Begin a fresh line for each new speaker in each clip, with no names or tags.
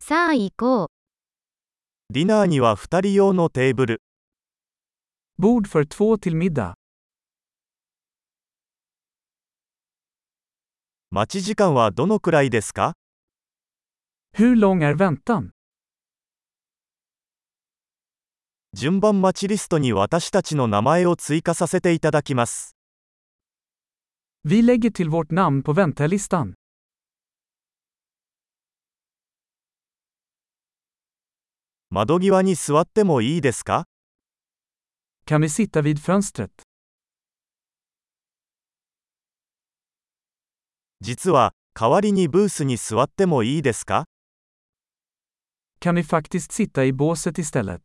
さあ行こう。
ディナーには2人用のテーブル。
Bord för två till middag.
待ち時間はどのくらいですか
Hur lång är väntan?
順番待ちリストに私たちの名前を追加させていただきます。
Vi lägger till vårt namn på väntelistan.
窓際に座ってもいいですか
Kan vi sitta vid fönstret?
実は、代わりにブースに座ってもいいですか
Kan vi faktiskt sitta i båset istället?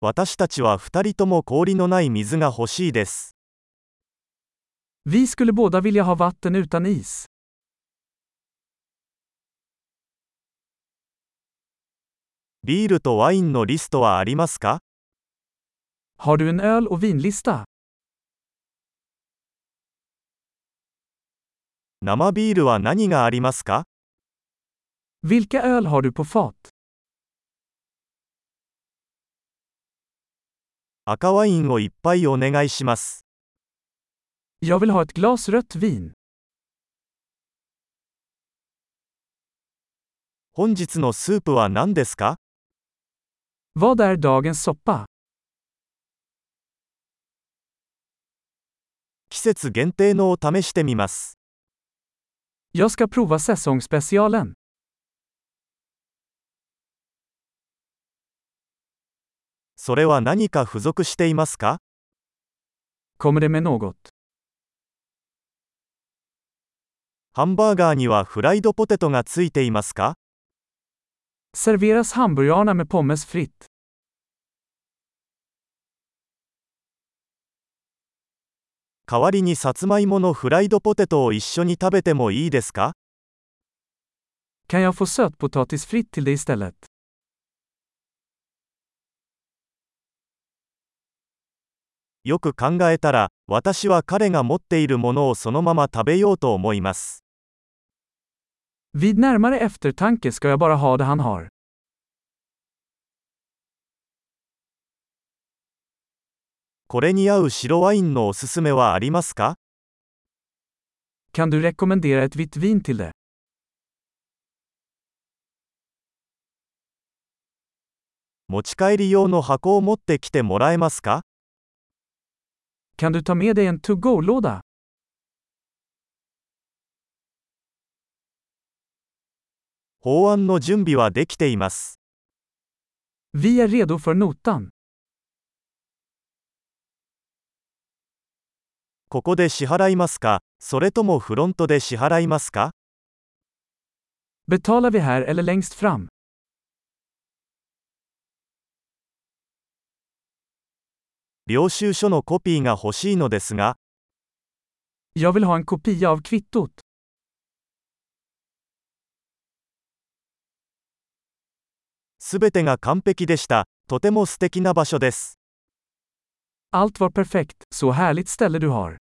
私たちは2人とも氷のない水が欲しいです。
Vi skulle båda vilja ha vatten utan is.
ビールとワインのリストはありますか
Har du en öl och vinlista?
生ビールは何がありますか
Vilka öl har du på fat?
赤ワインをいっぱいお願いします。
Jag vill ha ett glas rött vin.
本日のスープは何ですか
Vad är dagens soppa?
季節限定のを試してみます。
Jag ska prova säsongsspecialen.
それは何か付属していますか
Kommer det med något?
ハンバーガーにはフライドポテトがついていますか
Serveras hamburgarna med pommes fritt?
代わりにさつまいものフライドポテトを一緒に食べてもいいですか
Kan jag få sötpotatis fritt till det istället?
よく考えたら、私は彼が持っているものをそのまま食べようと思います。
Vid närmare eftertanke ska jag bara ha det han har.
これに合う白ワインのおすすめはありますか
Kan du rekommendera ett vitt vin till det?
持ち帰り用の箱を持ってきてもらえますか
Kan du ta med dig en to-go-låda?
法案の準備はできています。
Vi är redo för notan.
ここで支払いますかそれともフロントで支払いますか
Betalar vi här eller längst fram?
領収書のコピーが欲しいのですが、
Jag vill ha en kopia av kvittot.
すべてが完璧でした。とても素敵な場所です。
Allt var perfekt, så härligt ställe du har.